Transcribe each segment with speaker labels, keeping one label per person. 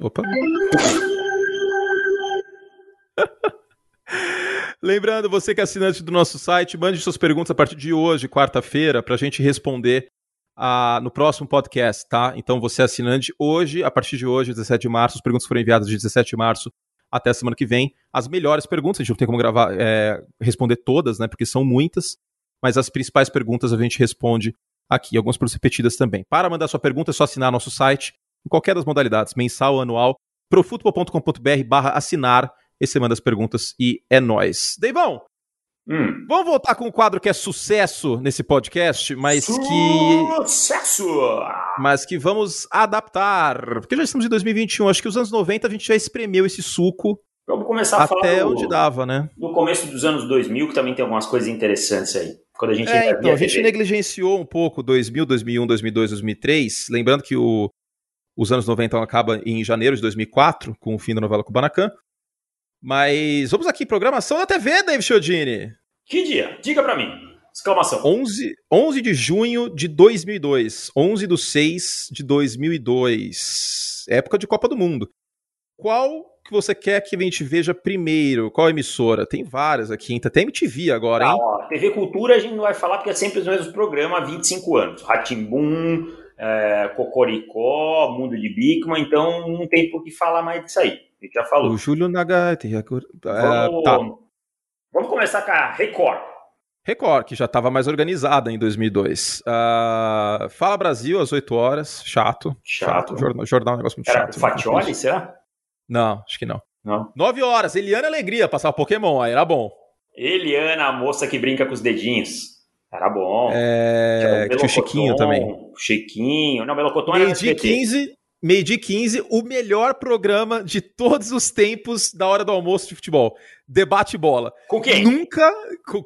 Speaker 1: Opa. Lembrando, você que é assinante do nosso site, mande suas perguntas a partir de hoje, quarta-feira, para a gente responder ah, no próximo podcast, tá? Então, você é assinante hoje, a partir de hoje, 17 de março, as perguntas foram enviadas de 17 de março até a semana que vem. As melhores perguntas, a gente não tem como gravar, é, responder todas, né? Porque são muitas, mas as principais perguntas a gente responde aqui, algumas perguntas repetidas também. Para mandar sua pergunta, é só assinar nosso site, em qualquer das modalidades, mensal, anual, profutbol.com.br barra assinar. Esse é uma das perguntas e é nós. Deivão,
Speaker 2: Hum.
Speaker 1: vamos voltar com um quadro que é sucesso nesse podcast, mas que,
Speaker 2: Sucesso!
Speaker 1: mas que vamos adaptar. Porque já estamos em 2021, acho que os anos 90 a gente já espremeu esse suco
Speaker 2: Vamos começar a
Speaker 1: até
Speaker 2: falar do,
Speaker 1: onde dava, né?
Speaker 2: do começo dos anos 2000, que também tem algumas coisas interessantes aí. Quando a gente
Speaker 1: É,
Speaker 2: ainda
Speaker 1: então, a
Speaker 2: via
Speaker 1: gente
Speaker 2: TV.
Speaker 1: negligenciou um pouco 2000, 2001, 2002, 2003. Lembrando que o, os anos 90 acaba em janeiro de 2004, com o fim da novela Kubanacan. Mas vamos aqui, programação da TV, David Chiodini.
Speaker 2: Que dia? Diga pra mim. Exclamação.
Speaker 1: 11, 11 de junho de 2002. 11 do 6 de 2002. Época de Copa do Mundo. Qual que você quer que a gente veja primeiro? Qual emissora? Tem várias aqui, hein? Tem até MTV agora, hein?
Speaker 2: Ah, ó, TV Cultura a gente não vai falar porque é sempre os mesmos programas há 25 anos. Ratimbum, é, Cocoricó, Mundo de Bikman, então não tem por que falar mais disso aí. A gente já falou.
Speaker 1: O Júlio Nagati. agora-
Speaker 2: Vamos,
Speaker 1: Ah, tá.
Speaker 2: vamos começar com a Record.
Speaker 1: Record, que já estava mais organizada em 2002. Ah, Fala Brasil às 8 horas, chato.
Speaker 2: Chato.
Speaker 1: Jornal, jornal é um negócio muito
Speaker 2: Era
Speaker 1: chato.
Speaker 2: com
Speaker 1: né?
Speaker 2: Fatioli, será?
Speaker 1: Não, acho que não.
Speaker 2: Não.
Speaker 1: 9 horas, Eliana Alegria, passava Pokémon, aí era bom.
Speaker 2: Eliana, a moça que brinca com os dedinhos. Era bom.
Speaker 1: É, que tinha o
Speaker 2: Melocotão,
Speaker 1: Chiquinho também.
Speaker 2: Chiquinho. Não, Melocotão era
Speaker 1: Meio dia
Speaker 2: SBT.
Speaker 1: 15, meio dia 15, o melhor programa de todos os tempos da hora do almoço de futebol. Debate bola.
Speaker 2: Com quem?
Speaker 1: Nunca...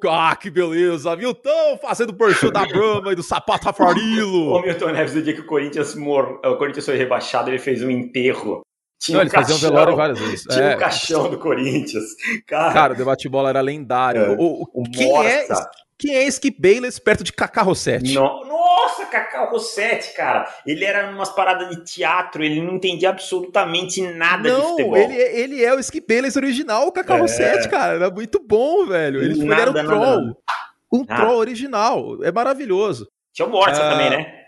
Speaker 1: Ah, que beleza. Milton fazendo porchão da Brahma e do sapato
Speaker 2: O
Speaker 1: Afarilo.
Speaker 2: Milton Neves, do dia que o Corinthians, mor... o Corinthians foi rebaixado, ele fez um enterro. Tinha
Speaker 1: Não,
Speaker 2: um
Speaker 1: eles faziam velório
Speaker 2: caixão.
Speaker 1: várias vezes.
Speaker 2: Tinha
Speaker 1: É.
Speaker 2: um caixão do Corinthians. Cara,
Speaker 1: Cara, o debate bola era lendário.
Speaker 2: É.
Speaker 1: O, o-
Speaker 2: o
Speaker 1: quem, é,
Speaker 2: Morsa.
Speaker 1: quem é Skip Bayless perto de Kaká Rossetti?
Speaker 2: No- Nossa, Cacau Rossetti, cara. Ele era umas paradas de teatro, ele não entendia absolutamente nada de
Speaker 1: Não,
Speaker 2: futebol. É.
Speaker 1: ele, é- ele é o Skip Bayless original, o Kaká Rossetti, cara. Era muito bom, velho. Ele, foi- ele era um
Speaker 2: Nada, nada,
Speaker 1: troll.
Speaker 2: nada.
Speaker 1: Um
Speaker 2: Nada.
Speaker 1: troll original. É maravilhoso.
Speaker 2: Tinha o Morsa
Speaker 1: Ah.
Speaker 2: também, né?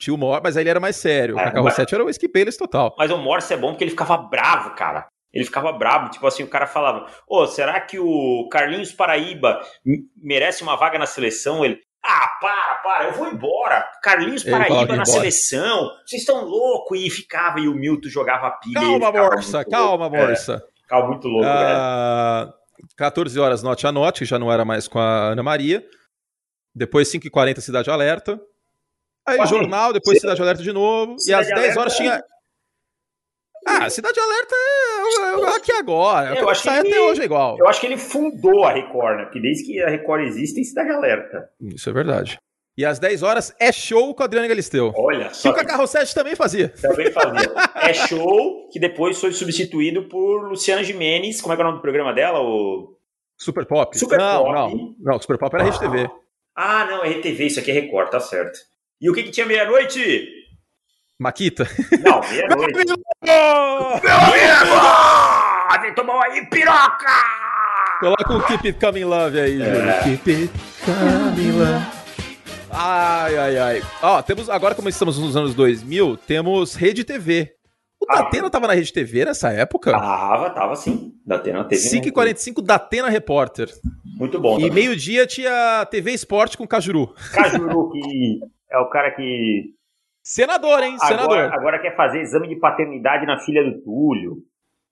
Speaker 1: Tio Mor, mas aí ele era mais sério. O
Speaker 2: É,
Speaker 1: Kaká
Speaker 2: mas-
Speaker 1: Rossetti era o Skip Bayless total.
Speaker 2: Mas o Morsa é bom porque ele ficava bravo, cara. Ele ficava bravo, tipo assim, o cara falava: Ô, será que o Carlinhos Paraíba m- merece uma vaga na seleção? Ele. Ah, para, para, eu vou embora. Carlinhos
Speaker 1: Ele falava que
Speaker 2: Paraíba
Speaker 1: ia
Speaker 2: na
Speaker 1: embora.
Speaker 2: seleção, vocês estão loucos. E ficava, e o Milton jogava pilha. ele
Speaker 1: Calma,
Speaker 2: ficava
Speaker 1: Morsa,
Speaker 2: muito
Speaker 1: calma,
Speaker 2: louco. É,
Speaker 1: Morsa.
Speaker 2: ficava muito louco, né? velho.
Speaker 1: Ah, 14 horas, Note a Note, que já não era mais com a Ana Maria. Depois 5h40, Cidade Alerta. Aí
Speaker 2: Ué,
Speaker 1: jornal, depois Cidade Alerta de novo.
Speaker 2: Cidade
Speaker 1: e às 10 horas
Speaker 2: Alerta-
Speaker 1: tinha. Ah, Cidade Alerta é- é é aqui agora.
Speaker 2: Eu
Speaker 1: Eu
Speaker 2: acho que
Speaker 1: sai até
Speaker 2: ele-
Speaker 1: hoje é igual.
Speaker 2: Eu acho que ele fundou a Record, né? Porque desde que a Record existe, tem Cidade Alerta.
Speaker 1: Isso é verdade. E às 10 horas é show com a Adriana Galisteu.
Speaker 2: Olha
Speaker 1: Que
Speaker 2: só.
Speaker 1: o Cacarro 7 também fazia.
Speaker 2: Também fazia. É show que depois foi substituído por Luciana Jimenez. Como é que é o nome do programa dela? O...
Speaker 1: Super Pop.
Speaker 2: Super
Speaker 1: não,
Speaker 2: Pop.
Speaker 1: não. Não, Super Pop era Rede TV.
Speaker 2: Ah, não, é RTV, isso aqui é Record, tá certo. E o que, que tinha meia-noite?
Speaker 1: Maquita.
Speaker 2: Não, meia-noite. Ah, vem tomar aí, piroca!
Speaker 1: Coloca o Keep It Coming Love aí, Júlio.
Speaker 2: É.
Speaker 1: Keep It Coming Love. Ai, ai, ai. Ó, temos, agora como estamos nos anos 2000, temos Rede TV. O
Speaker 2: Ah.
Speaker 1: Datena tava na Rede TV nessa época?
Speaker 2: Tava, tava sim. Da Atena TV. né?
Speaker 1: 5h45, Datena Repórter.
Speaker 2: Muito bom.
Speaker 1: E
Speaker 2: também.
Speaker 1: meio-dia tinha TV Esporte com Cajuru.
Speaker 2: Cajuru, que é o cara que
Speaker 1: Senador, hein? Senador.
Speaker 2: Agora, agora quer fazer exame de paternidade na filha do Túlio.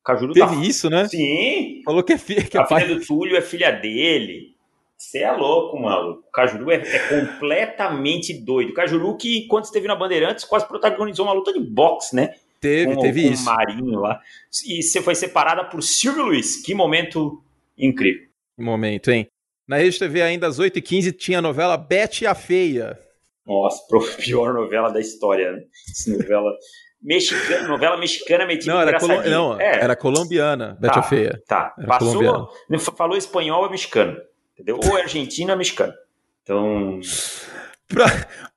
Speaker 2: Cajuru tá.
Speaker 1: Teve isso, né?
Speaker 2: Sim,
Speaker 1: Falou que é filho, que é
Speaker 2: a
Speaker 1: pai.
Speaker 2: filha do Túlio é filha dele. Você é louco, mano. O Cajuru é, é completamente doido. O Cajuru que, quando esteve na Bandeirantes, quase protagonizou uma luta de boxe, né?
Speaker 1: Teve,
Speaker 2: com,
Speaker 1: teve
Speaker 2: com
Speaker 1: isso.
Speaker 2: o Marinho lá. E você foi separada por Silvio Luiz. Que momento incrível.
Speaker 1: Um momento, hein? Na Rede TV ainda às 8h15 tinha a novela Bete a Feia.
Speaker 2: Nossa, pro- pior novela da história, né? Essa novela mexicana, novela mexicana é metida
Speaker 1: não, era, colo-
Speaker 2: engraçadinha.
Speaker 1: não
Speaker 2: É.
Speaker 1: era colombiana, Bete
Speaker 2: Tá.
Speaker 1: a Feia.
Speaker 2: Tá,
Speaker 1: Era
Speaker 2: passou,
Speaker 1: colombiano.
Speaker 2: não fa- falou espanhol é mexicano, entendeu? Ou é argentino é mexicano. Então,
Speaker 1: Pra,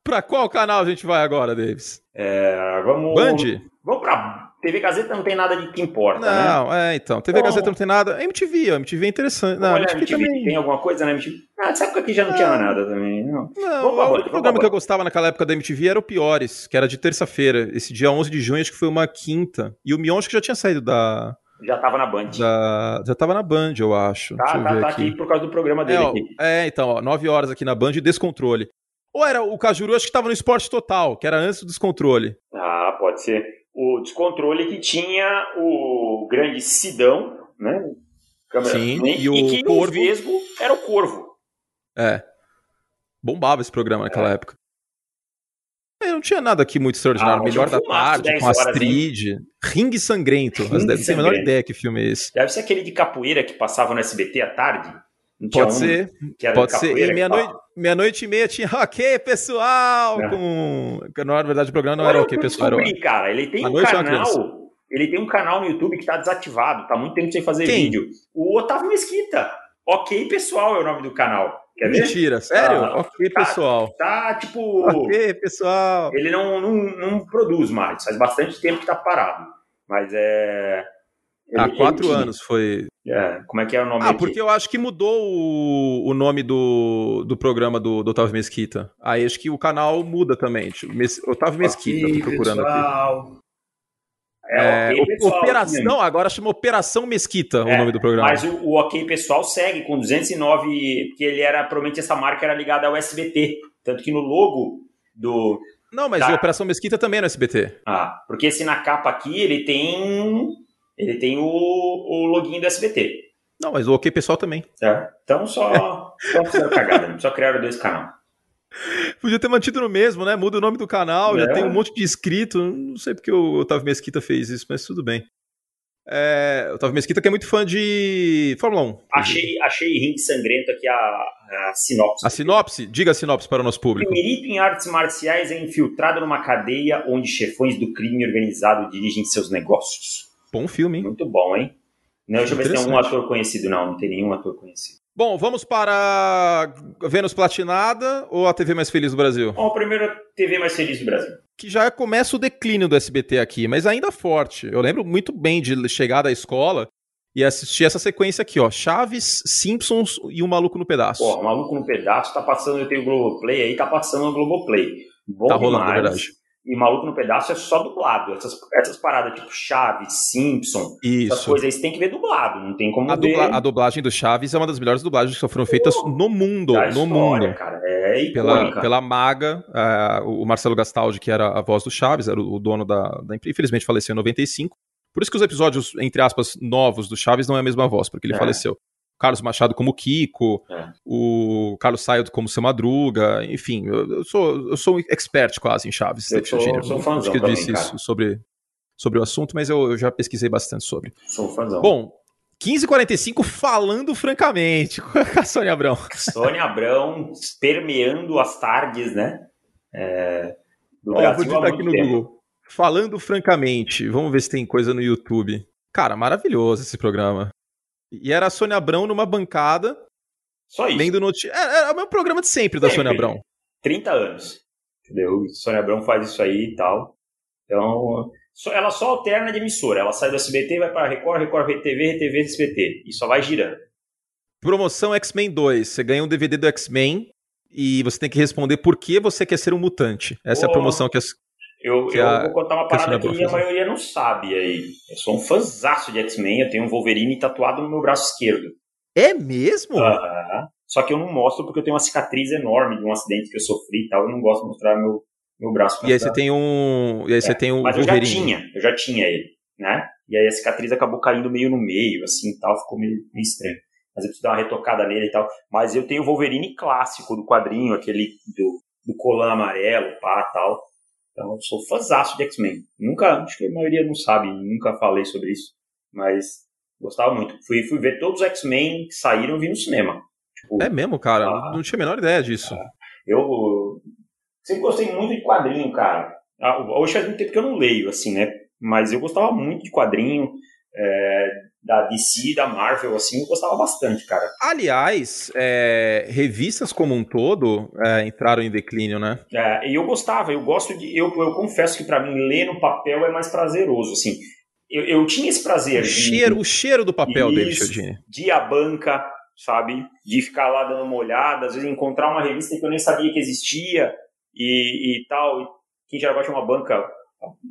Speaker 1: pra qual canal a gente vai agora, Davis?
Speaker 2: é, vamos...
Speaker 1: Band?
Speaker 2: Vamos pra TV Gazeta não tem nada de que importa, né?
Speaker 1: Não, é, então. TV
Speaker 2: Bom.
Speaker 1: Gazeta não tem nada. MTV, ó, MTV é interessante. Não,
Speaker 2: Olha,
Speaker 1: MTV,
Speaker 2: MTV
Speaker 1: também.
Speaker 2: tem alguma coisa na MTV? Ah, sabe que aqui já não tinha nada também, não.
Speaker 1: Não,
Speaker 2: Vamos pra
Speaker 1: o
Speaker 2: outra,
Speaker 1: único
Speaker 2: vamos
Speaker 1: programa
Speaker 2: pra
Speaker 1: que eu gostava naquela época da MTV era o Piores, que era de terça-feira. Esse dia 11 de junho, acho que foi uma quinta. E o Mion acho que já tinha saído da.
Speaker 2: Já tava na Band.
Speaker 1: da- já tava na Band, eu acho.
Speaker 2: Tá,
Speaker 1: Deixa eu
Speaker 2: tá,
Speaker 1: ver
Speaker 2: tá
Speaker 1: aqui.
Speaker 2: aqui por causa do programa
Speaker 1: É,
Speaker 2: dele
Speaker 1: ó,
Speaker 2: aqui.
Speaker 1: é, então, ó, 9 horas aqui na Band e descontrole. Ou era o Cajuru, acho que tava no Esporte Total, que era antes do descontrole.
Speaker 2: Ah, pode ser. O descontrole que tinha o grande Sidão, né?
Speaker 1: Sim,
Speaker 2: e,
Speaker 1: e o
Speaker 2: que
Speaker 1: Corvo.
Speaker 2: o Vesgo era o Corvo.
Speaker 1: É. Bombava esse programa naquela época. É, não tinha nada aqui muito extraordinário.
Speaker 2: Ah, mas
Speaker 1: Melhor
Speaker 2: tinha
Speaker 1: da
Speaker 2: um filmaço,
Speaker 1: tarde,
Speaker 2: 10
Speaker 1: com
Speaker 2: horas,
Speaker 1: Astrid. Ringue Sangrento. Mas
Speaker 2: Ringue
Speaker 1: deve ter a menor
Speaker 2: Sangrento.
Speaker 1: ideia que filme é esse.
Speaker 2: Deve ser aquele de capoeira que passava no SBT à tarde. Não tinha
Speaker 1: Pode
Speaker 2: um
Speaker 1: ser,
Speaker 2: que era de
Speaker 1: pode ser.
Speaker 2: capoeira
Speaker 1: E
Speaker 2: que
Speaker 1: meia-noite
Speaker 2: passava?
Speaker 1: meia -noite e meia tinha ok, pessoal!
Speaker 2: É.
Speaker 1: Com... Na verdade, o programa não
Speaker 2: Olha
Speaker 1: era
Speaker 2: o
Speaker 1: ok,
Speaker 2: que eu
Speaker 1: pessoal. Era...
Speaker 2: descobri, cara. Ele tem
Speaker 1: A
Speaker 2: um
Speaker 1: noite é uma
Speaker 2: canal. Ele tem um canal no YouTube que tá desativado, tá muito tempo sem fazer
Speaker 1: Quem?
Speaker 2: vídeo. O Otávio Mesquita. Ok, pessoal, é o nome do canal. Quer ver?
Speaker 1: Mentira, sério?
Speaker 2: Ah,
Speaker 1: ok,
Speaker 2: cara.
Speaker 1: pessoal.
Speaker 2: Tá tipo.
Speaker 1: Ok, pessoal.
Speaker 2: Ele não, não, não produz mais, faz bastante tempo que tá parado. Mas é. ele-
Speaker 1: Há
Speaker 2: ele
Speaker 1: quatro
Speaker 2: tinha.
Speaker 1: anos foi,
Speaker 2: É, como é que é o nome
Speaker 1: Ah,
Speaker 2: aqui?
Speaker 1: porque eu acho que mudou o, o nome do, do programa do, do Otávio Mesquita. Aí acho que o canal muda também. Tipo, Mes- Otávio Mesquita,
Speaker 2: Ok,
Speaker 1: tô procurando aqui.
Speaker 2: pessoal.
Speaker 1: É,
Speaker 2: É, ok,
Speaker 1: o-
Speaker 2: pessoal,
Speaker 1: Operação,
Speaker 2: sim.
Speaker 1: não, agora chama Operação Mesquita o
Speaker 2: É,
Speaker 1: nome do programa.
Speaker 2: Mas o, o Ok Pessoal segue com 209, porque ele era, provavelmente essa marca era ligada ao SBT. Tanto que no logo do.
Speaker 1: Não, mas
Speaker 2: tá.
Speaker 1: o Operação Mesquita também é no SBT.
Speaker 2: Ah, porque esse na capa aqui, ele tem. Ele tem o, o login do SBT.
Speaker 1: Não, mas o OK Pessoal também.
Speaker 2: Tá? Então só. Só fizeram cagada, né? só criaram dois canais.
Speaker 1: Podia ter mantido no mesmo, né? Muda o nome do canal, já
Speaker 2: É.
Speaker 1: tem um monte de inscrito. Não sei porque o Otávio Mesquita fez isso, mas tudo bem. É, Otávio Mesquita que é muito fã de Fórmula 1.
Speaker 2: Achei, achei ringue sangrento aqui a, a sinopse.
Speaker 1: A sinopse? Diga a sinopse para o nosso público.
Speaker 2: Primeirito em artes marciais é infiltrado numa cadeia onde chefões do crime organizado dirigem seus negócios.
Speaker 1: Bom filme, hein?
Speaker 2: Muito bom, hein? Não, deixa eu ver se tem algum
Speaker 1: Interessante.
Speaker 2: ator conhecido. Não, não tem nenhum ator conhecido.
Speaker 1: Bom, vamos para a Vênus Platinada ou a TV mais feliz do Brasil?
Speaker 2: Bom, o primeiro TV mais feliz do Brasil.
Speaker 1: Que já começa o declínio do SBT aqui, mas ainda forte. Eu lembro muito bem de chegar da escola e assistir essa sequência aqui, ó. Chaves, Simpsons e o Maluco no Pedaço.
Speaker 2: Porra, Maluco no Pedaço tá passando, eu tenho o Globoplay aí, tá passando o Globoplay. Bom
Speaker 1: tá rolando, na
Speaker 2: demais.
Speaker 1: verdade.
Speaker 2: E Maluco no Pedaço é só dublado. Essas, essas paradas tipo Chaves, Simpson, essas
Speaker 1: Isso.
Speaker 2: coisas aí você tem que ver dublado, não tem como
Speaker 1: A,
Speaker 2: ver
Speaker 1: dubla- a dublagem do Chaves é uma das melhores dublagens que já foram feitas no mundo.
Speaker 2: da
Speaker 1: No
Speaker 2: história,
Speaker 1: mundo.
Speaker 2: cara. É icônica.
Speaker 1: Pela, pela maga, ah, o Marcelo Gastaldi, que era a voz do Chaves, era o o dono da, da empresa, infelizmente faleceu em 95. Por isso que os episódios, entre aspas, novos do Chaves não é a mesma voz, porque ele
Speaker 2: É.
Speaker 1: faleceu. Carlos Machado como Kiko,
Speaker 2: É.
Speaker 1: o Carlos Saio como Seu Madruga, enfim, eu, eu sou, eu sou um expert quase em Chaves.
Speaker 2: Eu
Speaker 1: David
Speaker 2: sou-
Speaker 1: Virginia.
Speaker 2: sou fãzão
Speaker 1: Acho que eu
Speaker 2: também,
Speaker 1: disse
Speaker 2: cara.
Speaker 1: isso sobre, sobre o assunto, mas eu, eu já pesquisei bastante sobre.
Speaker 2: Sou um fãzão.
Speaker 1: Bom, 15h45 falando francamente com a Sônia Abrão.
Speaker 2: Sônia Abrão permeando as tardes, né? É, do
Speaker 1: Ó, vou
Speaker 2: Brasil há
Speaker 1: digitar
Speaker 2: muito
Speaker 1: aqui no
Speaker 2: tempo.
Speaker 1: Google. Falando francamente, vamos ver se tem coisa no YouTube. Cara, maravilhoso esse programa. E era a Sônia Abrão numa bancada,
Speaker 2: Só isso.
Speaker 1: lendo notícias. Era é o mesmo programa de sempre da
Speaker 2: Sempre.
Speaker 1: Sônia Abrão.
Speaker 2: 30 anos. Entendeu? O Sônia Abrão faz isso aí e tal. Então, só- ela só alterna de emissora. Ela sai do SBT, vai para Record, Record RTV, RTV, SBT. E só vai girando.
Speaker 1: Promoção X-Men 2. Você ganha um DVD do X-Men e você tem que responder por que você quer ser um mutante. Essa é a
Speaker 2: Boa.
Speaker 1: promoção que. as-
Speaker 2: Eu,
Speaker 1: Que
Speaker 2: eu
Speaker 1: a-
Speaker 2: vou contar uma
Speaker 1: que a Sônia
Speaker 2: parada que a
Speaker 1: Abrão
Speaker 2: minha
Speaker 1: fez.
Speaker 2: maioria não sabe aí. Eu sou um fãzaço de X-Men. Eu tenho um Wolverine tatuado no meu braço esquerdo.
Speaker 1: É mesmo?
Speaker 2: Ah. Aham. Só que eu não mostro porque eu tenho uma cicatriz enorme de um acidente que eu sofri e tal. Eu não gosto de mostrar meu, meu braço. pra
Speaker 1: E aí você
Speaker 2: trás.
Speaker 1: tem um. E aí você tem um
Speaker 2: É, Mas eu já
Speaker 1: Wolverine.
Speaker 2: tinha, eu já tinha ele, né? E aí a cicatriz acabou caindo meio no meio, assim e tal. Ficou meio, meio estranho. Mas eu preciso dar uma retocada nele e tal. Mas eu tenho o Wolverine clássico do quadrinho, aquele do, do colã amarelo, pá, tal. Então eu sou fãzaço de X-Men. Nunca, acho que a maioria não sabe, nunca falei sobre isso. Mas gostava muito. Fui, fui ver todos os X-Men que saíram e vi no cinema. Tipo,
Speaker 1: É mesmo, cara.
Speaker 2: Ah.
Speaker 1: Não tinha a menor ideia disso.
Speaker 2: eu sempre gostei muito de quadrinho, cara. Ah, Hoje faz muito tempo que eu não leio, assim, né? Mas eu gostava muito de quadrinho. é, da DC, da Marvel, assim, eu gostava bastante, cara.
Speaker 1: Aliás, é, revistas como um todo é, entraram em declínio, né?
Speaker 2: É, e eu gostava, eu gosto de. Eu, eu confesso que para mim ler no papel é mais prazeroso, assim. Eu, eu tinha esse prazer.
Speaker 1: O, cheiro, o cheiro do papel dele, Chodini.
Speaker 2: De ir à banca, sabe? De ficar lá dando uma olhada, às vezes encontrar uma revista que eu nem sabia que existia e, e tal. Que em Jaraguá tinha uma banca,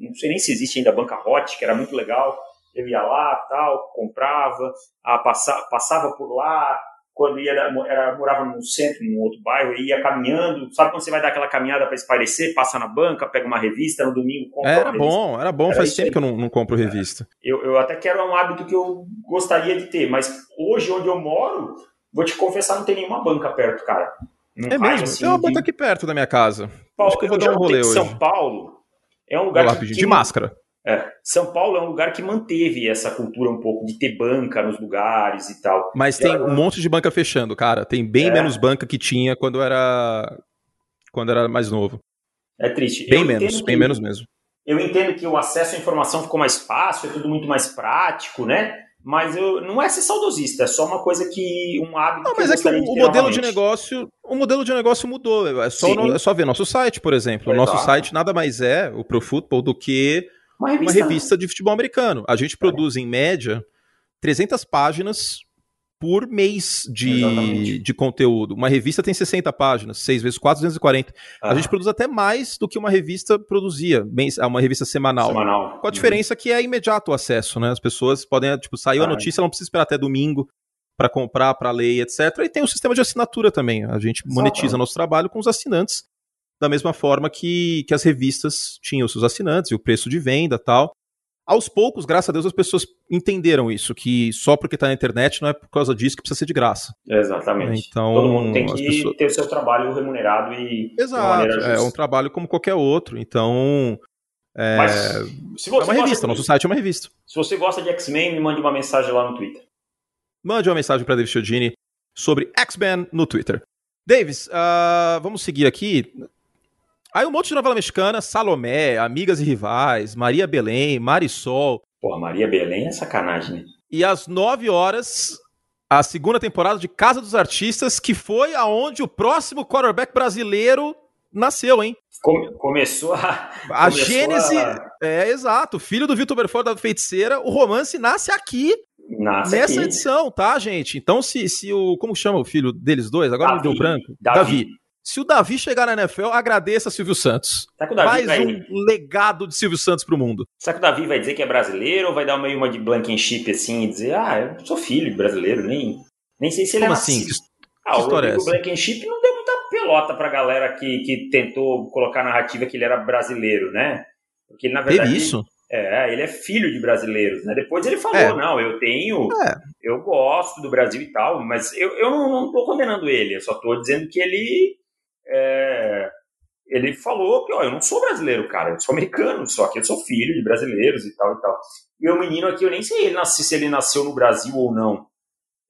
Speaker 2: não sei nem se existe ainda, a banca Hot, que era muito legal eu ia lá, tal, comprava, ah, passa, passava por lá, quando ia, era, morava num centro, num outro bairro, ia caminhando, sabe quando você vai dar aquela caminhada para espairecer, passa na banca, pega uma revista, no domingo
Speaker 1: compra Era É bom, era bom, era faz tempo aí. que eu não, não compro revista.
Speaker 2: É. Eu, eu até quero um hábito que eu gostaria de ter, mas hoje onde eu moro, vou te confessar, não tem nenhuma banca perto, cara.
Speaker 1: Não é mesmo? Assim, tem uma de... banca aqui perto da minha casa. Paulo, Acho que eu vou eu dar um rolê hoje.
Speaker 2: São Paulo é um lugar
Speaker 1: lá, que, de máscara.
Speaker 2: É. São Paulo é um lugar que manteve essa cultura um pouco de ter banca nos lugares e tal.
Speaker 1: Mas
Speaker 2: e
Speaker 1: tem ela... um monte de banca fechando, cara. Tem bem é. menos banca que tinha quando era quando era mais novo.
Speaker 2: É triste.
Speaker 1: Bem eu menos, bem que... menos mesmo.
Speaker 2: Eu entendo que o acesso à informação ficou mais fácil, é tudo muito mais prático, né? Mas eu, não é ser saudosista, é só uma coisa que um hábito.
Speaker 1: Não, mas é que o, o modelo novamente. de negócio, o modelo de negócio mudou. É só, no, é só ver nosso site, por exemplo. Pois o nosso tá. site nada mais é o Pro Football do que uma revista, né? uma revista de futebol americano. A gente produz, é. em média, 300 páginas por mês de, Exatamente. de conteúdo. Uma revista tem 60 páginas, 6 vezes 4, 240. Ah. A gente produz até mais do que uma revista produzia, ah, uma revista semanal.
Speaker 2: semanal.
Speaker 1: Com a diferença uhum. que é imediato o acesso, né? As pessoas podem, tipo, saiu ah, a notícia, ela não precisa esperar até domingo para comprar, para ler, etc. E tem o um sistema de assinatura também. A gente monetiza Exatamente. nosso trabalho com os assinantes da mesma forma que, que as revistas tinham seus assinantes e o preço de venda tal. Aos poucos, graças a Deus, as pessoas entenderam isso, que só porque está na internet não é por causa disso que precisa ser de graça.
Speaker 2: Exatamente.
Speaker 1: Então,
Speaker 2: Todo mundo tem que pessoas... ter o seu trabalho remunerado e.
Speaker 1: Exato, é um trabalho como qualquer outro. Então. É, Mas, se você é uma revista, de... nosso site é uma revista.
Speaker 2: Se você gosta de X-Men, me mande uma mensagem lá no Twitter.
Speaker 1: Mande uma mensagem para David Chiodini sobre X-Men no Twitter. Davis, uh, vamos seguir aqui. Aí um monte de novela mexicana, Salomé, Amigas e Rivais, Maria Belém, Marisol.
Speaker 2: Porra, Maria Belém é sacanagem, né?
Speaker 1: E às 9 horas, a segunda temporada de Casa dos Artistas, que foi aonde o próximo quarterback brasileiro nasceu, hein?
Speaker 2: Come, começou a.
Speaker 1: A começou gênese. A... É, exato. Filho do Vitor Belfort da Feiticeira, o romance nasce aqui.
Speaker 2: Nasce
Speaker 1: nessa
Speaker 2: aqui.
Speaker 1: edição, tá, gente? Então, se, se o. Como chama o filho deles dois?
Speaker 2: Ah,
Speaker 1: Agora Davi, me deu branco.
Speaker 2: Davi. Davi.
Speaker 1: Se o Davi chegar na NFL, agradeça Silvio Santos. Mais
Speaker 2: vai...
Speaker 1: um legado de Silvio Santos pro mundo.
Speaker 2: Será que o Davi vai dizer que é brasileiro ou vai dar meio uma de blankenship assim e dizer, ah, eu sou filho brasileiro, nem, nem sei se ele
Speaker 1: Como
Speaker 2: é
Speaker 1: assim? Que,
Speaker 2: ah, que o Rodrigo é essa? Blankenship não deu muita pelota pra galera que, que tentou colocar a narrativa que ele era brasileiro, né? Porque ele, na verdade...
Speaker 1: Teve isso?
Speaker 2: É, ele é filho de brasileiros, né? Depois ele falou, é. não, eu tenho, é. eu gosto do Brasil e tal, mas eu, eu não, não tô condenando ele, eu só tô dizendo que ele é, ele falou que ó, eu não sou brasileiro, cara, eu sou americano, só que eu sou filho de brasileiros e tal e tal. E o menino aqui, eu nem sei ele nasce, se ele nasceu no Brasil ou não.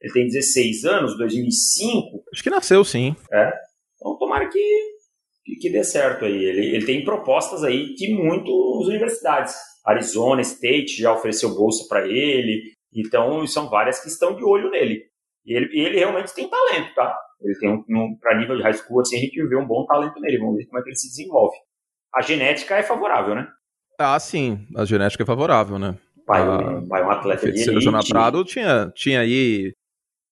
Speaker 2: Ele tem 16 anos, 2005.
Speaker 1: Acho que nasceu, sim.
Speaker 2: É. Então tomara que, que, que dê certo aí. Ele, ele tem propostas aí que muito as universidades. Arizona State já ofereceu bolsa para ele. Então são várias que estão de olho nele. E ele, ele realmente tem talento, tá? Ele tem um, um para nível de high school, assim, a gente vê um bom talento nele. Vamos ver como é que ele se desenvolve. A genética é favorável, né?
Speaker 1: Ah, sim. A genética é favorável, né?
Speaker 2: Pai,
Speaker 1: ah,
Speaker 2: pai um atleta de elite.
Speaker 1: Jonah Prado tinha, tinha aí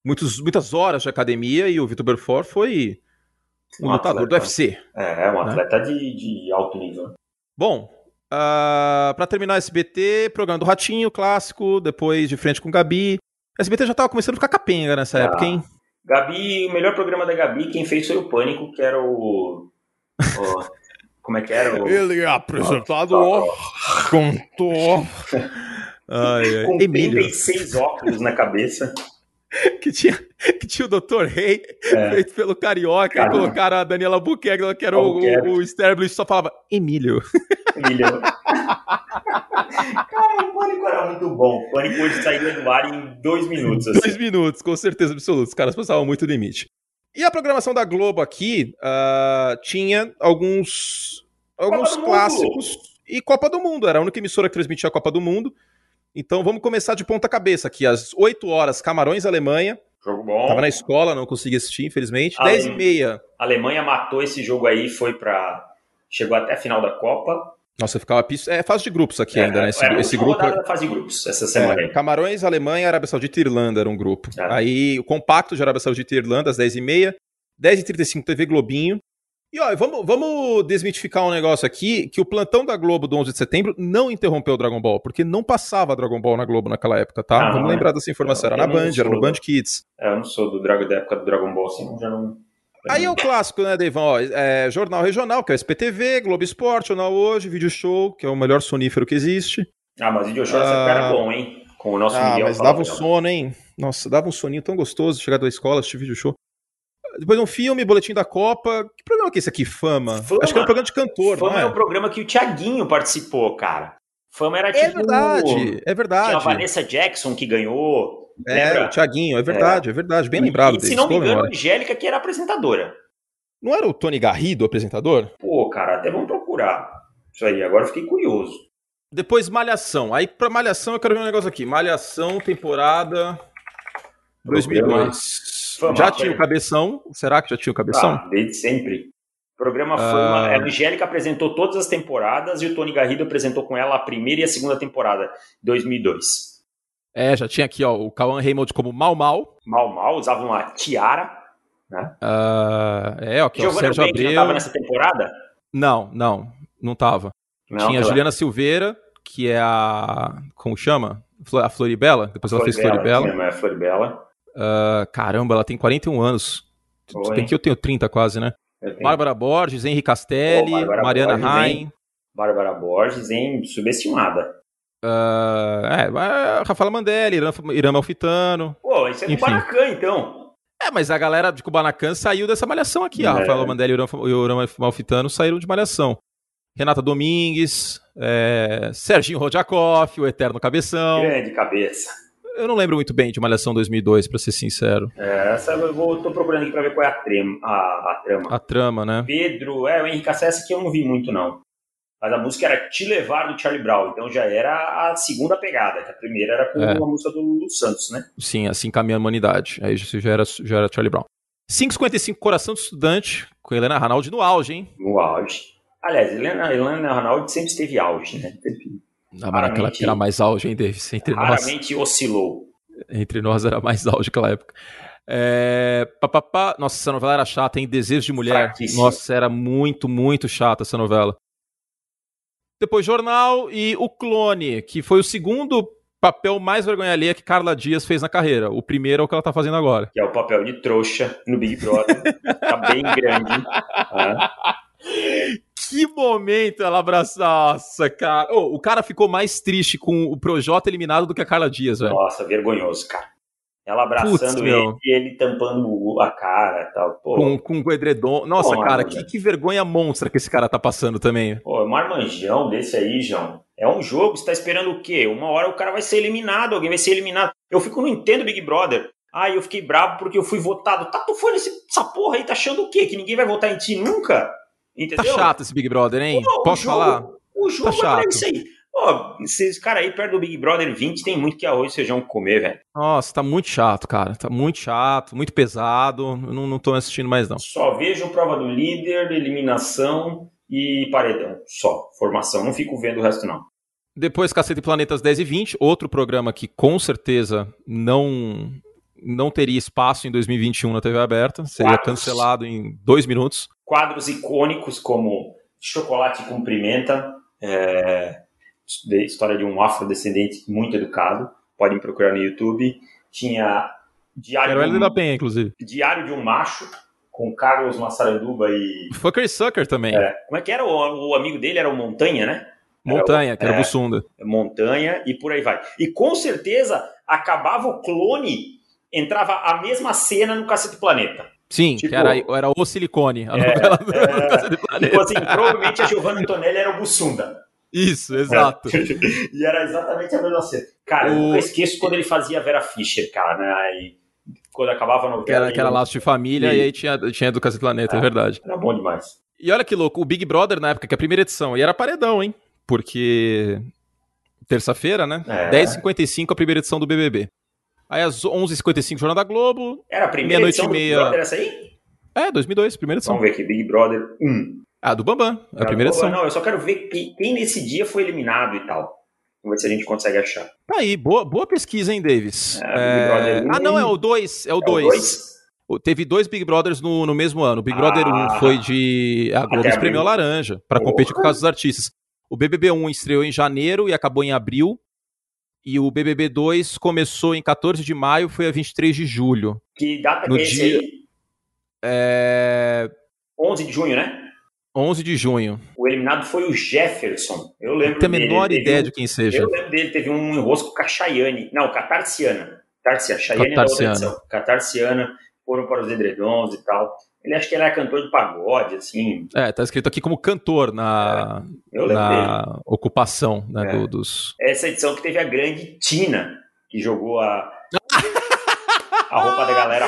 Speaker 1: muitos, muitas horas de academia e o Vitor Belfort foi um, um lutador atleta. do UFC.
Speaker 2: É, um atleta né? de, de alto nível. né?
Speaker 1: Bom, uh, para terminar SBT, programa do Ratinho, clássico, depois de frente com Gabi. A SBT já tava começando a ficar capenga nessa ah. época, hein?
Speaker 2: Gabi, o melhor programa da Gabi, quem fez foi o Pânico, que era o. o como é que era? O...
Speaker 1: Ele é apresentado ó, cantor.
Speaker 2: Ai, ai. Com Emílio. 36 óculos na cabeça.
Speaker 1: Que tinha, que tinha o Dr. Rei, é. feito pelo Carioca, Caramba. e colocaram a Daniela Buquerque, que era o, o, o Sterblitz, só falava Emílio.
Speaker 2: Emílio. Cara, o Pânico era muito bom. O Pânico hoje saiu do ar em dois minutos. Assim.
Speaker 1: Dois minutos, com certeza absoluta. Os caras passavam muito limite. E a programação da Globo aqui uh, tinha alguns, alguns clássicos e Copa do Mundo. Era a única emissora que transmitia a Copa do Mundo. Então vamos começar de ponta cabeça aqui. Às 8 horas, Camarões, Alemanha.
Speaker 2: Jogo bom.
Speaker 1: Tava na escola, não consegui assistir, infelizmente.
Speaker 2: Ah,
Speaker 1: 10 e
Speaker 2: hum.
Speaker 1: meia.
Speaker 2: A Alemanha matou esse jogo aí, foi pra. Chegou até a final da Copa.
Speaker 1: Nossa, eu ficava piso. É fase de grupos aqui ainda, né? Esse,
Speaker 2: era a
Speaker 1: esse
Speaker 2: última
Speaker 1: grupo.
Speaker 2: rodada da fase de grupos essa semana
Speaker 1: É,
Speaker 2: aí.
Speaker 1: Camarões, Alemanha, Arábia Saudita e Irlanda era um grupo.
Speaker 2: É.
Speaker 1: Aí o compacto de Arábia Saudita e Irlanda, às 10h30, 10h35 TV Globinho. E ó, vamos, vamos desmitificar um negócio aqui, que o plantão da Globo do 11 de setembro não interrompeu o Dragon Ball, porque não passava Dragon Ball na Globo naquela época, tá?
Speaker 2: Ah,
Speaker 1: vamos
Speaker 2: é.
Speaker 1: lembrar dessa informação,
Speaker 2: Eu
Speaker 1: era na
Speaker 2: não
Speaker 1: Band, era no
Speaker 2: sou.
Speaker 1: Band Kids.
Speaker 2: É, eu não sou do Dragon da época do Dragon Ball, assim, eu já não.
Speaker 1: Aí é o clássico, né, Deivão? Ó, é, Jornal Regional, que é o SPTV, Globo Esporte, Jornal Hoje, Video Show, que é o melhor sonífero que existe.
Speaker 2: Ah, mas o Joshua essa
Speaker 1: Ah.
Speaker 2: cara era bom, hein? Com o nosso
Speaker 1: Ah,
Speaker 2: Miguel. é
Speaker 1: mas
Speaker 2: Falabella.
Speaker 1: dava um sono, hein? Nossa, dava um soninho tão gostoso chegar da escola, assistir vídeo show. Depois um filme, boletim da Copa. Que programa que é esse aqui? Fama?
Speaker 2: Fama.
Speaker 1: Acho que era um programa de cantor,
Speaker 2: Fama
Speaker 1: não é?
Speaker 2: é um programa que o Thiaguinho participou, cara. Fama era
Speaker 1: É
Speaker 2: tipo.
Speaker 1: verdade, é
Speaker 2: Tinha a
Speaker 1: verdade.
Speaker 2: Vanessa Jackson que ganhou.
Speaker 1: É,
Speaker 2: lembra?
Speaker 1: o Thiaguinho, é verdade, é, verdade. Bem lembrado
Speaker 2: e, se
Speaker 1: dele.
Speaker 2: não me
Speaker 1: Não,
Speaker 2: engano, a Angélica que era apresentadora.
Speaker 1: não era o Tony Garrido, o apresentador?
Speaker 2: Pô, cara, até vamos procurar. Isso aí, agora eu fiquei curioso.
Speaker 1: Depois Malhação. Aí pra Malhação eu quero ver um negócio aqui. Malhação, temporada 2002.
Speaker 2: Fama,
Speaker 1: já tinha o
Speaker 2: foi.
Speaker 1: Cabeção? Será que já tinha o Cabeção?
Speaker 2: Ah, desde sempre. O programa
Speaker 1: Ah.
Speaker 2: Fama. A Angélica apresentou todas as temporadas e o Tony Garrido apresentou com ela a primeira e a segunda temporada, 2002.
Speaker 1: É, já tinha aqui, ó, o Cauan Raymond como Mal Mal.
Speaker 2: Mal, mal, usava uma tiara.
Speaker 1: Ah, é, ó, que é o
Speaker 2: Giovanna
Speaker 1: Sérgio
Speaker 2: Bank
Speaker 1: Abreu.
Speaker 2: não tava nessa temporada?
Speaker 1: Não, não, não tava.
Speaker 2: Não,
Speaker 1: Tinha a
Speaker 2: aquela-
Speaker 1: Juliana Silveira, que é a. Como chama? Flo- A Floribela. Depois ela fez Floribela.
Speaker 2: tinha, né, Floribela.
Speaker 1: Ah, caramba, ela tem 41 anos. Tudo
Speaker 2: Oi.
Speaker 1: bem que eu tenho 30 quase, né?
Speaker 2: Eu tenho
Speaker 1: Bárbara Borges, Henri Castelli,
Speaker 2: Pô, Bárbara
Speaker 1: Mariana
Speaker 2: Borges,
Speaker 1: Rain.
Speaker 2: Bárbara Borges, hein? Subestimada.
Speaker 1: ah, é, ah, Rafaela Mandelli, Irã, Irã Malfitano.
Speaker 2: Pô, isso é do
Speaker 1: Enfim.
Speaker 2: Baracan, então.
Speaker 1: É, mas a galera de Kubanacan saiu dessa malhação aqui. A
Speaker 2: É.
Speaker 1: Rafaela Mandelli e o Irã, e o Irã Malfitano saíram de malhação. Renata Domingues, é, Serginho Rodjakoff, o Eterno Cabeção.
Speaker 2: Grande cabeça.
Speaker 1: Eu não lembro muito bem de Malhação 2002, pra ser sincero.
Speaker 2: É, essa eu vou, tô procurando aqui pra ver qual é a, trema, a, a trama.
Speaker 1: A trama, né?
Speaker 2: Pedro, é, o Henrique Acessa que eu não vi muito, não. Mas a música era Te Levar do Charlie Brown, então já era a segunda pegada, que a primeira era com
Speaker 1: É.
Speaker 2: uma música do Lulu Santos, né?
Speaker 1: Sim, assim caminha a humanidade. Aí isso já era, já era Charlie Brown. 5,55 Coração do Estudante, com Helena Ranaldi no auge, hein?
Speaker 2: No auge. Aliás, Helena, Helena Ranaldi sempre esteve auge, né?
Speaker 1: Na mara, aquela que era mais auge, hein, Davis? Entre nós,
Speaker 2: Raramente oscilou.
Speaker 1: entre nós era mais auge aquela época. É, pá, pá, pá. Nossa, essa novela era chata, hein? Desejo de Mulher.
Speaker 2: Fraquíssima.
Speaker 1: Nossa, era muito, muito chata essa novela. Depois Jornal e O Clone, que foi o segundo papel mais vergonha alheia que Carla Dias fez na carreira. O primeiro é o que ela tá fazendo agora.
Speaker 2: Que é o papel de trouxa no Big Brother. tá bem grande. Ah,
Speaker 1: Que momento ela abraça. Nossa, cara. Ô, o cara ficou mais triste com o Projota eliminado do que a Carla Dias, velho.
Speaker 2: nossa, vergonhoso, cara. Ela abraçando
Speaker 1: Putz,
Speaker 2: ele
Speaker 1: meu.
Speaker 2: e ele tampando o- a cara e tal. Pô,
Speaker 1: Com, com o edredom. Nossa,
Speaker 2: Pô,
Speaker 1: cara,
Speaker 2: mano,
Speaker 1: que,
Speaker 2: velho.
Speaker 1: que vergonha monstra que esse cara tá passando também.
Speaker 2: Pô, é um marmanjão desse aí, João. É um jogo, você tá esperando o quê? Uma hora o cara vai ser eliminado, alguém vai ser eliminado. Eu fico, não entendo Big Brother. Ah, eu fiquei bravo porque eu fui votado. Tá tufando esse, essa porra aí, tá achando o quê? Que ninguém vai votar em ti nunca?
Speaker 1: Tá
Speaker 2: Entendeu?
Speaker 1: chato esse Big Brother, hein?
Speaker 2: Pô,
Speaker 1: Posso
Speaker 2: o jogo,
Speaker 1: falar?
Speaker 2: O jogo
Speaker 1: Tá
Speaker 2: é pra
Speaker 1: chato.
Speaker 2: isso aí. Pô, esses caras aí perto do Big Brother 20 tem muito que arroz e feijão comer, velho.
Speaker 1: Nossa, tá muito chato, cara. Tá muito chato, muito pesado. Eu não, não tô assistindo mais, não.
Speaker 2: Só vejo prova do líder, eliminação e paredão. Só. Formação. Não fico vendo o resto, não.
Speaker 1: Depois, Cacete e Planetas 10 e 20, outro programa que com certeza não não teria espaço em 2021 na TV aberta. Seria
Speaker 2: Quatro.
Speaker 1: cancelado em dois minutos.
Speaker 2: quadros icônicos como Chocolate com Pimenta, é, de- história de um afrodescendente muito educado, podem procurar no YouTube. Tinha
Speaker 1: Era o
Speaker 2: Diário, de
Speaker 1: Hélio
Speaker 2: um-
Speaker 1: da Penha, inclusive.
Speaker 2: Diário de um Macho, com Carlos Massaranduba e...
Speaker 1: Fucker e Sucker também.
Speaker 2: é, como é que era o, o amigo dele? Era o Montanha, né?
Speaker 1: Montanha, que era
Speaker 2: é.
Speaker 1: Bussunda.
Speaker 2: Montanha e por aí vai. E com certeza acabava o clone, entrava a mesma cena no Cacete Planeta.
Speaker 1: Sim,
Speaker 2: Tipo-
Speaker 1: que era, era o Silicone, a novela do-
Speaker 2: é.
Speaker 1: Cacete do
Speaker 2: Tipo
Speaker 1: Planeta.
Speaker 2: assim, provavelmente a Giovanna Antonelli era o Bussunda.
Speaker 1: Isso, exato.
Speaker 2: É. E era exatamente a mesma cena. Cara, eu
Speaker 1: O-
Speaker 2: nunca esqueço quando ele fazia a Vera Fischer, cara, né? Aí, quando acabava a novela.
Speaker 1: Que era, que era
Speaker 2: ele-
Speaker 1: laço de família
Speaker 2: Sim.
Speaker 1: e aí tinha, tinha do Cacete do Planeta, é. verdade.
Speaker 2: Era bom demais.
Speaker 1: E olha que louco, o Big Brother na época, que é a primeira edição, e era paredão, hein? Porque terça-feira, né?
Speaker 2: É.
Speaker 1: 10h55, a primeira edição do BBB. Aí às 11h55, Jornal da Globo.
Speaker 2: Era a primeira
Speaker 1: Meia-noite
Speaker 2: edição
Speaker 1: e
Speaker 2: do Big
Speaker 1: meia.
Speaker 2: Brother essa aí?
Speaker 1: É, 2002, primeira edição.
Speaker 2: Vamos ver aqui, Big Brother 1.
Speaker 1: Ah, do Bambam, é a primeira edição.
Speaker 2: Não, eu só quero ver que- quem nesse dia foi eliminado e tal. Vamos ver se a gente consegue achar.
Speaker 1: Tá aí, boa, boa pesquisa, hein, Davis?
Speaker 2: É, Big Brother um.
Speaker 1: Ah, não, é o 2, é o
Speaker 2: É o
Speaker 1: 2.
Speaker 2: dois?
Speaker 1: Teve dois Big Brothers no, no mesmo ano. O Big
Speaker 2: Ah.
Speaker 1: Brother 1 foi de... A Globo
Speaker 2: abril.
Speaker 1: espremeu a laranja pra
Speaker 2: Porra.
Speaker 1: competir com o caso dos artistas. O BBB 1 estreou em janeiro e acabou em abril. E o BBB 2 começou em 14 de maio, foi a 23 de julho.
Speaker 2: Que data
Speaker 1: No
Speaker 2: que é esse
Speaker 1: dia-
Speaker 2: aí?
Speaker 1: É...
Speaker 2: 11 de junho, né?
Speaker 1: 11 de junho.
Speaker 2: O eliminado foi o Jefferson. Eu lembro
Speaker 1: Não tenho a
Speaker 2: dele,
Speaker 1: menor
Speaker 2: teve
Speaker 1: ideia
Speaker 2: um-
Speaker 1: de quem é seja.
Speaker 2: Eu lembro dele, teve um enrosco com a Chayane. Não, com a Tarciana. Tarciana, Chayane
Speaker 1: Catarciana.
Speaker 2: é da outra edição. Com a Tarciana, foram para os edredons e tal. Ele acho que ele era cantor de pagode, assim.
Speaker 1: É, tá escrito aqui como cantor na,
Speaker 2: É, Eu lembro dele.
Speaker 1: na ocupação né,
Speaker 2: É.
Speaker 1: do- dos...
Speaker 2: Essa edição que teve a grande Tina, que jogou a, a roupa da galera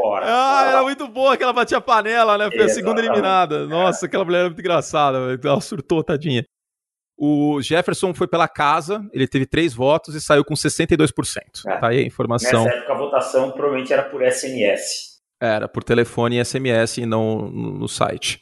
Speaker 2: fora.
Speaker 1: Ah, era muito boa que ela batia panela, né? Foi a segunda
Speaker 2: Exatamente.
Speaker 1: eliminada. Nossa, aquela mulher era muito engraçada. velho. Ela surtou, tadinha. O Jefferson foi pela casa, ele teve três votos e saiu com 62%.
Speaker 2: É.
Speaker 1: Tá aí a
Speaker 2: Nessa
Speaker 1: informação.
Speaker 2: época a votação provavelmente era por SNS.
Speaker 1: Era por telefone e SMS e não no no site.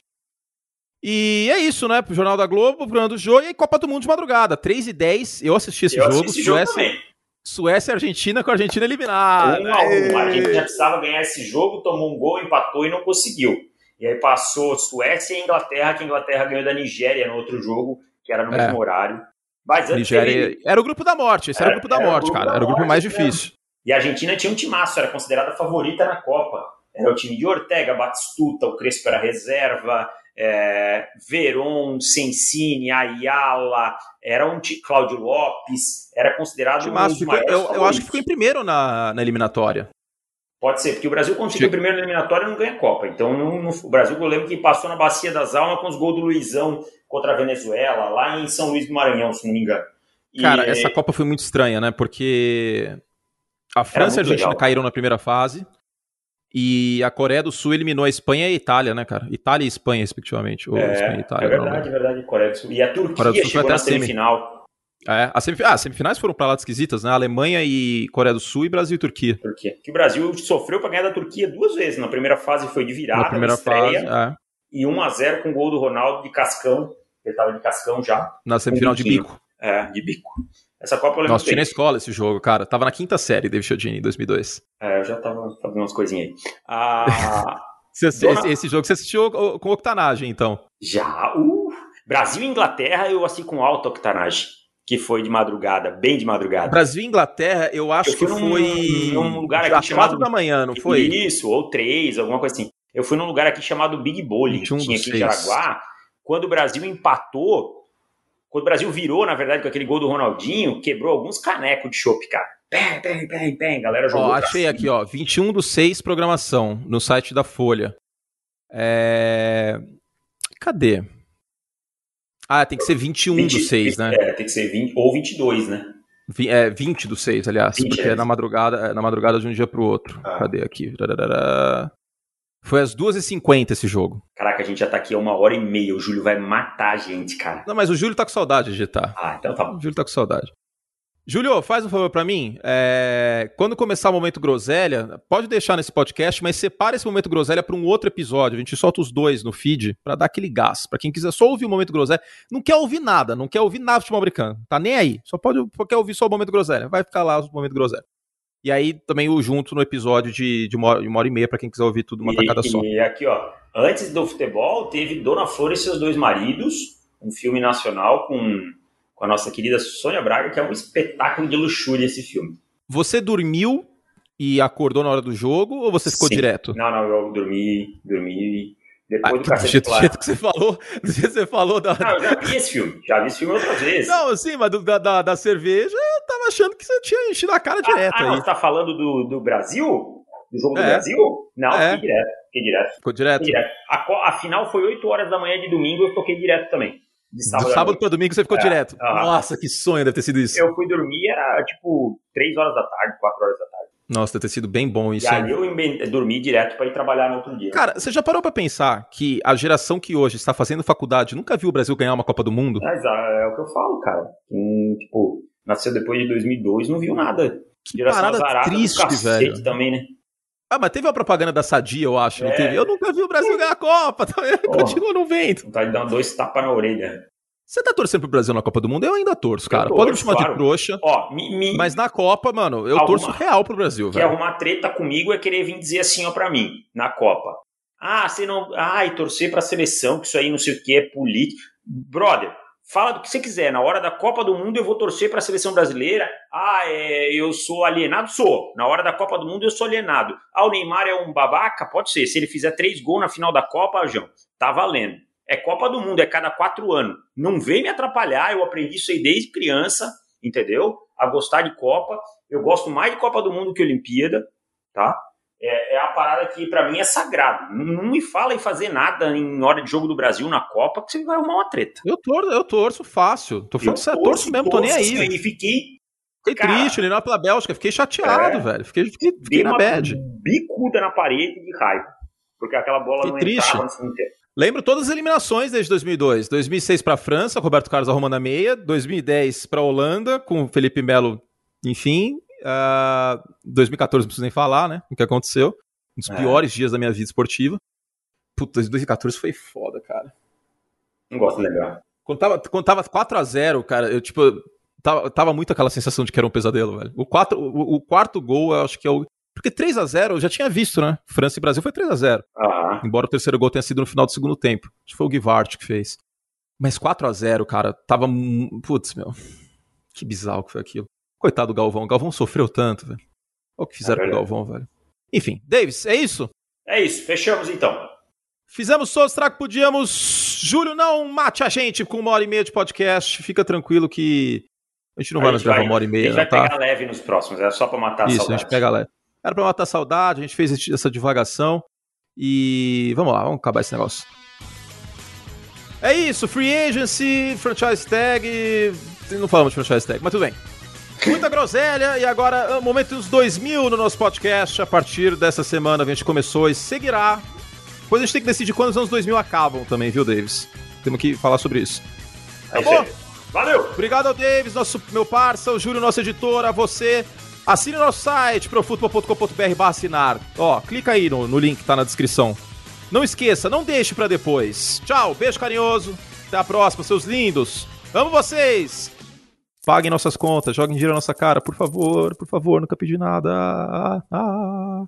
Speaker 1: E é isso, né? Pro Jornal da Globo, programa do jogo e Copa do Mundo de madrugada. 3 e 10. Eu assisti esse
Speaker 2: eu
Speaker 1: jogo.
Speaker 2: assisti esse jogo
Speaker 1: Suécia,
Speaker 2: também.
Speaker 1: Suécia e Argentina com a Argentina eliminada.
Speaker 2: um a um. A
Speaker 1: Aê!
Speaker 2: gente já precisava ganhar esse jogo, tomou um gol, empatou e não conseguiu. E aí passou Suécia e Inglaterra, que a Inglaterra ganhou da Nigéria no outro jogo, que era no
Speaker 1: É.
Speaker 2: mesmo horário. Mas antes teve-
Speaker 1: Nigéria. Era o grupo da morte. Esse era,
Speaker 2: Era-
Speaker 1: o grupo da
Speaker 2: É, era o
Speaker 1: morte,
Speaker 2: grupo
Speaker 1: cara.
Speaker 2: da
Speaker 1: era o grupo
Speaker 2: morte,
Speaker 1: mais
Speaker 2: né?
Speaker 1: difícil.
Speaker 2: E a Argentina tinha um timaço, era considerada a favorita na Copa. Era o time de Ortega, Batistuta, o Crespo era reserva, é, Veron, Sensini, Ayala, era um time, Cláudio Lopes, era considerado
Speaker 1: Timaço,
Speaker 2: um dos
Speaker 1: ficou-
Speaker 2: maiores
Speaker 1: eu, eu acho
Speaker 2: favoritos.
Speaker 1: que ficou em primeiro na, na eliminatória.
Speaker 2: Pode ser, porque o Brasil, quando fica
Speaker 1: Sim.
Speaker 2: em primeiro na eliminatória, não ganha Copa. Então, não- não- o Brasil, eu lembro que passou na Bacia das Almas com os gols do Luizão contra a Venezuela, lá em São Luís do Maranhão, se não me engano. E- é,
Speaker 1: Cara, essa Copa foi muito estranha, né? Porque a França e a
Speaker 2: muito
Speaker 1: Argentina
Speaker 2: legal.
Speaker 1: caíram na primeira fase. E a Coreia do Sul eliminou a Espanha e a Itália, né, cara? Itália e Espanha, respectivamente. Ou
Speaker 2: É,
Speaker 1: Espanha e Itália.
Speaker 2: é
Speaker 1: não né? lembro.
Speaker 2: verdade, é verdade, Coreia do Sul. E a
Speaker 1: tá, Coreia do
Speaker 2: Turquia
Speaker 1: Sul foi
Speaker 2: chegou
Speaker 1: até
Speaker 2: na
Speaker 1: a semi.
Speaker 2: semifinal,
Speaker 1: É, as semif- ah, as semifinais foram pra lá esquisitas, né? Alemanha e Coreia do Sul e Brasil e Turquia.
Speaker 2: Turquia. Que o Brasil sofreu para ganhar da Turquia duas vezes. Na primeira fase foi de virada,
Speaker 1: na primeira
Speaker 2: de estreia,
Speaker 1: fase. é.
Speaker 2: e 1 a 0 com o gol do Ronaldo de Cascão. Ele estava de Cascão já,
Speaker 1: na semifinal de
Speaker 2: biquinho.
Speaker 1: bico.
Speaker 2: é, de bico. Essa Copa eu lembro
Speaker 1: Nossa,
Speaker 2: bem.
Speaker 1: tinha na escola esse jogo, cara. Tava na quinta série, David Chodini, em 2002.
Speaker 2: É, eu já tava fazendo umas coisinhas aí. Ah,
Speaker 1: Você- Esse,
Speaker 2: Dona-
Speaker 1: esse jogo você assistiu o- com octanagem, então.
Speaker 2: já, uh, Brasil e Inglaterra eu assisti com alta octanagem, que foi de madrugada, bem de madrugada.
Speaker 1: Brasil e Inglaterra, eu acho
Speaker 2: Eu
Speaker 1: que
Speaker 2: fui num-
Speaker 1: foi.
Speaker 2: num lugar
Speaker 1: às
Speaker 2: aqui
Speaker 1: quatro
Speaker 2: chamado-
Speaker 1: da manhã, não foi?
Speaker 2: Isso, ou três, alguma coisa assim. Eu fui num lugar aqui chamado Big Bowling,
Speaker 1: 21
Speaker 2: que
Speaker 1: do
Speaker 2: tinha aqui
Speaker 1: seis.
Speaker 2: em Jaraguá. Quando o Brasil empatou, quando o Brasil virou, na verdade, com aquele gol do Ronaldinho, quebrou alguns canecos de chopp, cara. Pem, pem, pem, pem. Galera jogou.
Speaker 1: Ó,
Speaker 2: pra
Speaker 1: achei
Speaker 2: cima.
Speaker 1: aqui, ó. 21 do 6, programação, no site da Folha. É... Cadê? Ah, tem que ser 21 do
Speaker 2: 20,
Speaker 1: 6, né?
Speaker 2: É, tem que ser 20 ou 22, né?
Speaker 1: Vi- É, 20 do 6, aliás,
Speaker 2: 20,
Speaker 1: porque é
Speaker 2: é.
Speaker 1: na madrugada, é na madrugada de um dia pro outro.
Speaker 2: Ah.
Speaker 1: Cadê aqui? Tararara. Foi às 2h50 esse jogo.
Speaker 2: Caraca, a gente já tá aqui há uma hora e meia. O Júlio vai matar a gente, cara.
Speaker 1: Não, mas o Júlio tá com saudade de editar.
Speaker 2: Ah, então tá bom.
Speaker 1: O Júlio tá com saudade. Júlio, faz um favor pra mim. É, Quando começar o momento groselha, pode deixar nesse podcast, mas separa esse momento groselha pra um outro episódio. A gente solta os dois no feed pra dar aquele gás. Pra quem quiser só ouvir o momento groselha, não quer ouvir nada, não quer ouvir nada de futebol americano. Tá nem aí. Só pode só quer ouvir só o momento groselha. Vai ficar lá o momento groselha. E aí também o junto no episódio de, de uma, hora, de uma hora e meia pra quem quiser ouvir tudo uma
Speaker 2: E-
Speaker 1: tacada só.
Speaker 2: E aqui, ó, antes do futebol, teve Dona Flor e seus dois maridos, um filme nacional com, com a nossa querida Sônia Braga, que é um espetáculo de luxúria esse filme.
Speaker 1: Você dormiu e acordou na hora do jogo ou você ficou
Speaker 2: Sim.
Speaker 1: direto?
Speaker 2: Não, não, eu dormi, dormi
Speaker 1: Ah,
Speaker 2: depois do
Speaker 1: do,
Speaker 2: Cacete
Speaker 1: jeito, do
Speaker 2: Planeta.
Speaker 1: jeito que você falou, do jeito que você falou da.
Speaker 2: Não, eu já vi esse filme, já vi esse filme outras vezes.
Speaker 1: Não, sim, mas do- da, da, da cerveja eu tava achando que você tinha enchido a cara direto
Speaker 2: ah, ah, não,
Speaker 1: aí.
Speaker 2: você tá falando do, do Brasil? Do jogo
Speaker 1: É.
Speaker 2: do Brasil? Não,
Speaker 1: É.
Speaker 2: fiquei direto, fiquei direto,
Speaker 1: Ficou direto.
Speaker 2: fiquei ah, direto. A, co- a final foi 8 horas da manhã de domingo, eu toquei direto também. De sábado,
Speaker 1: Do
Speaker 2: à
Speaker 1: sábado
Speaker 2: noite.
Speaker 1: pra domingo você ficou
Speaker 2: É,
Speaker 1: direto.
Speaker 2: aham.
Speaker 1: Nossa, que sonho deve ter sido isso.
Speaker 2: Eu fui dormir, era tipo 3 horas da tarde, 4 horas da tarde.
Speaker 1: Nossa, deve ter sido bem bom
Speaker 2: E
Speaker 1: isso. hein?
Speaker 2: aí eu embe- dormi direto pra ir trabalhar no outro dia.
Speaker 1: Cara, você já parou pra pensar que a geração que hoje está fazendo faculdade nunca viu o Brasil ganhar uma Copa do Mundo?
Speaker 2: Mas ah, é o que eu falo, cara. Hum, tipo, Nasceu depois de 2002, não viu nada.
Speaker 1: Que parada
Speaker 2: azarada do
Speaker 1: triste,
Speaker 2: cacete
Speaker 1: velho.
Speaker 2: também, né?
Speaker 1: Ah, mas teve uma propaganda da Sadia, eu acho, não
Speaker 2: É.
Speaker 1: teve? Eu nunca vi o Brasil ganhar a Copa, tá vendo?
Speaker 2: Porra.
Speaker 1: continua não vendo.
Speaker 2: Vontade de dar dois tapas na orelha.
Speaker 1: Você tá torcendo pro Brasil na Copa do Mundo? Eu ainda torço, cara.
Speaker 2: torço,
Speaker 1: Pode me chamar
Speaker 2: claro.
Speaker 1: de trouxa,
Speaker 2: Ó, me, me,
Speaker 1: mas na Copa, mano, eu
Speaker 2: Alguma-
Speaker 1: torço real pro Brasil,
Speaker 2: quer
Speaker 1: velho.
Speaker 2: arrumar treta comigo é querer vir dizer assim, ó, pra mim, na Copa. Ah, você não. Ai, torcer pra seleção, que isso aí não sei o que é político. Brother, fala do que você quiser. Na hora da Copa do Mundo eu vou torcer pra seleção brasileira. Ah, é, eu sou alienado? Sou. Na hora da Copa do Mundo eu sou alienado. Ah, o Neymar é um babaca? Pode ser. Se ele fizer três gols na final da Copa, João, tá valendo. É Copa do Mundo, é cada quatro anos. Não vem me atrapalhar, eu aprendi isso aí desde criança, entendeu? A gostar de Copa. Eu gosto mais de Copa do Mundo que Olimpíada, tá? É, é a parada que pra mim é sagrado. Não, não me fala em fazer nada em hora de jogo do Brasil na Copa, que você vai arrumar uma treta.
Speaker 1: Eu torço, eu torço fácil. Tô falando sério, é torço, mesmo, tô nem aí.
Speaker 2: E fiquei
Speaker 1: Fiquei
Speaker 2: Cara.
Speaker 1: triste, eliminado pela Bélgica, fiquei chateado,
Speaker 2: É.
Speaker 1: velho. Fiquei, fiquei,
Speaker 2: dei
Speaker 1: fiquei na
Speaker 2: uma
Speaker 1: bad.
Speaker 2: bicuda na parede de raiva. Porque aquela bola
Speaker 1: Que
Speaker 2: não
Speaker 1: triste.
Speaker 2: entrava no segundo tempo.
Speaker 1: Lembro todas as eliminações desde 2002. 2006 para a França, Roberto Carlos arrumando a meia. 2010 para a Holanda, com Felipe Melo, enfim. Ah, 2014 não preciso nem falar, né? O que aconteceu. Um dos
Speaker 2: É.
Speaker 1: piores dias da minha vida esportiva. Puta, 2014 foi foda, cara.
Speaker 2: Não gosto de lembrar.
Speaker 1: Quando tava, quando tava 4x0, cara, eu tipo. eu Tava, eu tava muito aquela sensação de que era um pesadelo, velho. O, quatro, o, o quarto gol, eu acho que é o. Porque 3x0 eu já tinha visto, né? França e Brasil foi 3x0
Speaker 2: Ah,
Speaker 1: embora o terceiro gol tenha sido no final do segundo tempo. Acho que foi o Guivart que fez. Mas 4 a 0 cara, tava. mu- Putz, meu. Que bizarro que foi aquilo. Coitado do Galvão. O Galvão sofreu tanto, velho. Olha o que fizeram com
Speaker 2: É
Speaker 1: o
Speaker 2: verdade.
Speaker 1: Galvão, velho. Enfim, Davis, é isso?
Speaker 2: é isso, fechamos então.
Speaker 1: Fizemos todos, será que podíamos? Júlio, não mate a gente com uma hora e meia de podcast. Fica tranquilo que a gente não
Speaker 2: A
Speaker 1: vai
Speaker 2: gente
Speaker 1: mais gravar
Speaker 2: vai-
Speaker 1: uma hora e
Speaker 2: A gente
Speaker 1: meia,
Speaker 2: vai
Speaker 1: tá?
Speaker 2: pegar leve nos próximos, é só pra matar
Speaker 1: Isso,
Speaker 2: a
Speaker 1: a
Speaker 2: saudade.
Speaker 1: gente pega lá. Era pra matar a saudade, a gente fez esse- essa divagação. E vamos lá, vamos acabar esse negócio. É isso, free agency, franchise tag. Não falamos de franchise tag, mas tudo bem. Muita groselha e agora é o momento dos 2000 no nosso podcast. A partir dessa semana a gente começou e seguirá. Depois a gente tem que decidir quando os anos 2000 acabam também, viu, Davis? Temos que falar sobre isso.
Speaker 2: É isso aí.
Speaker 1: Acabou?
Speaker 2: Valeu!
Speaker 1: Obrigado ao Davis, nosso, meu parça, o Júlio, nosso editor, a você. Assine o nosso site, profutbol.com.br barra assinar. Ó, clica aí no, no link que tá na descrição. Não esqueça, não deixe pra depois. Tchau, beijo carinhoso. Até a próxima, seus lindos. Amo vocês. Paguem nossas contas, joguem dinheiro na nossa cara, por favor, por favor, nunca pedi nada. Ah, ah.